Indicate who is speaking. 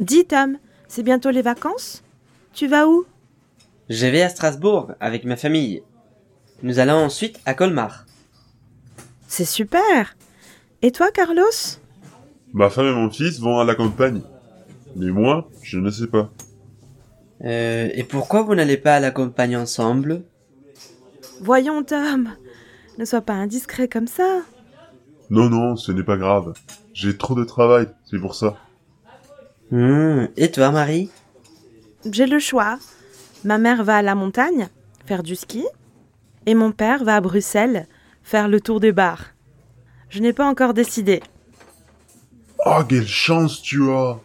Speaker 1: Dis Tom, c'est bientôt les vacances Tu vas où
Speaker 2: Je vais à Strasbourg avec ma famille. Nous allons ensuite à Colmar.
Speaker 1: C'est super Et toi, Carlos
Speaker 3: Ma femme et mon fils vont à la campagne. Mais moi, je ne sais pas.
Speaker 2: Euh, et pourquoi vous n'allez pas à la campagne ensemble
Speaker 1: Voyons, Tom Ne sois pas indiscret comme ça
Speaker 3: Non, non, ce n'est pas grave. J'ai trop de travail, c'est pour ça.
Speaker 2: Hmm, Et toi, Marie
Speaker 1: J'ai le choix. Ma mère va à la montagne, faire du ski, et mon père va à Bruxelles, faire le tour des bars. Je n'ai pas encore décidé.
Speaker 3: Ah, quelle Oh, chance tu as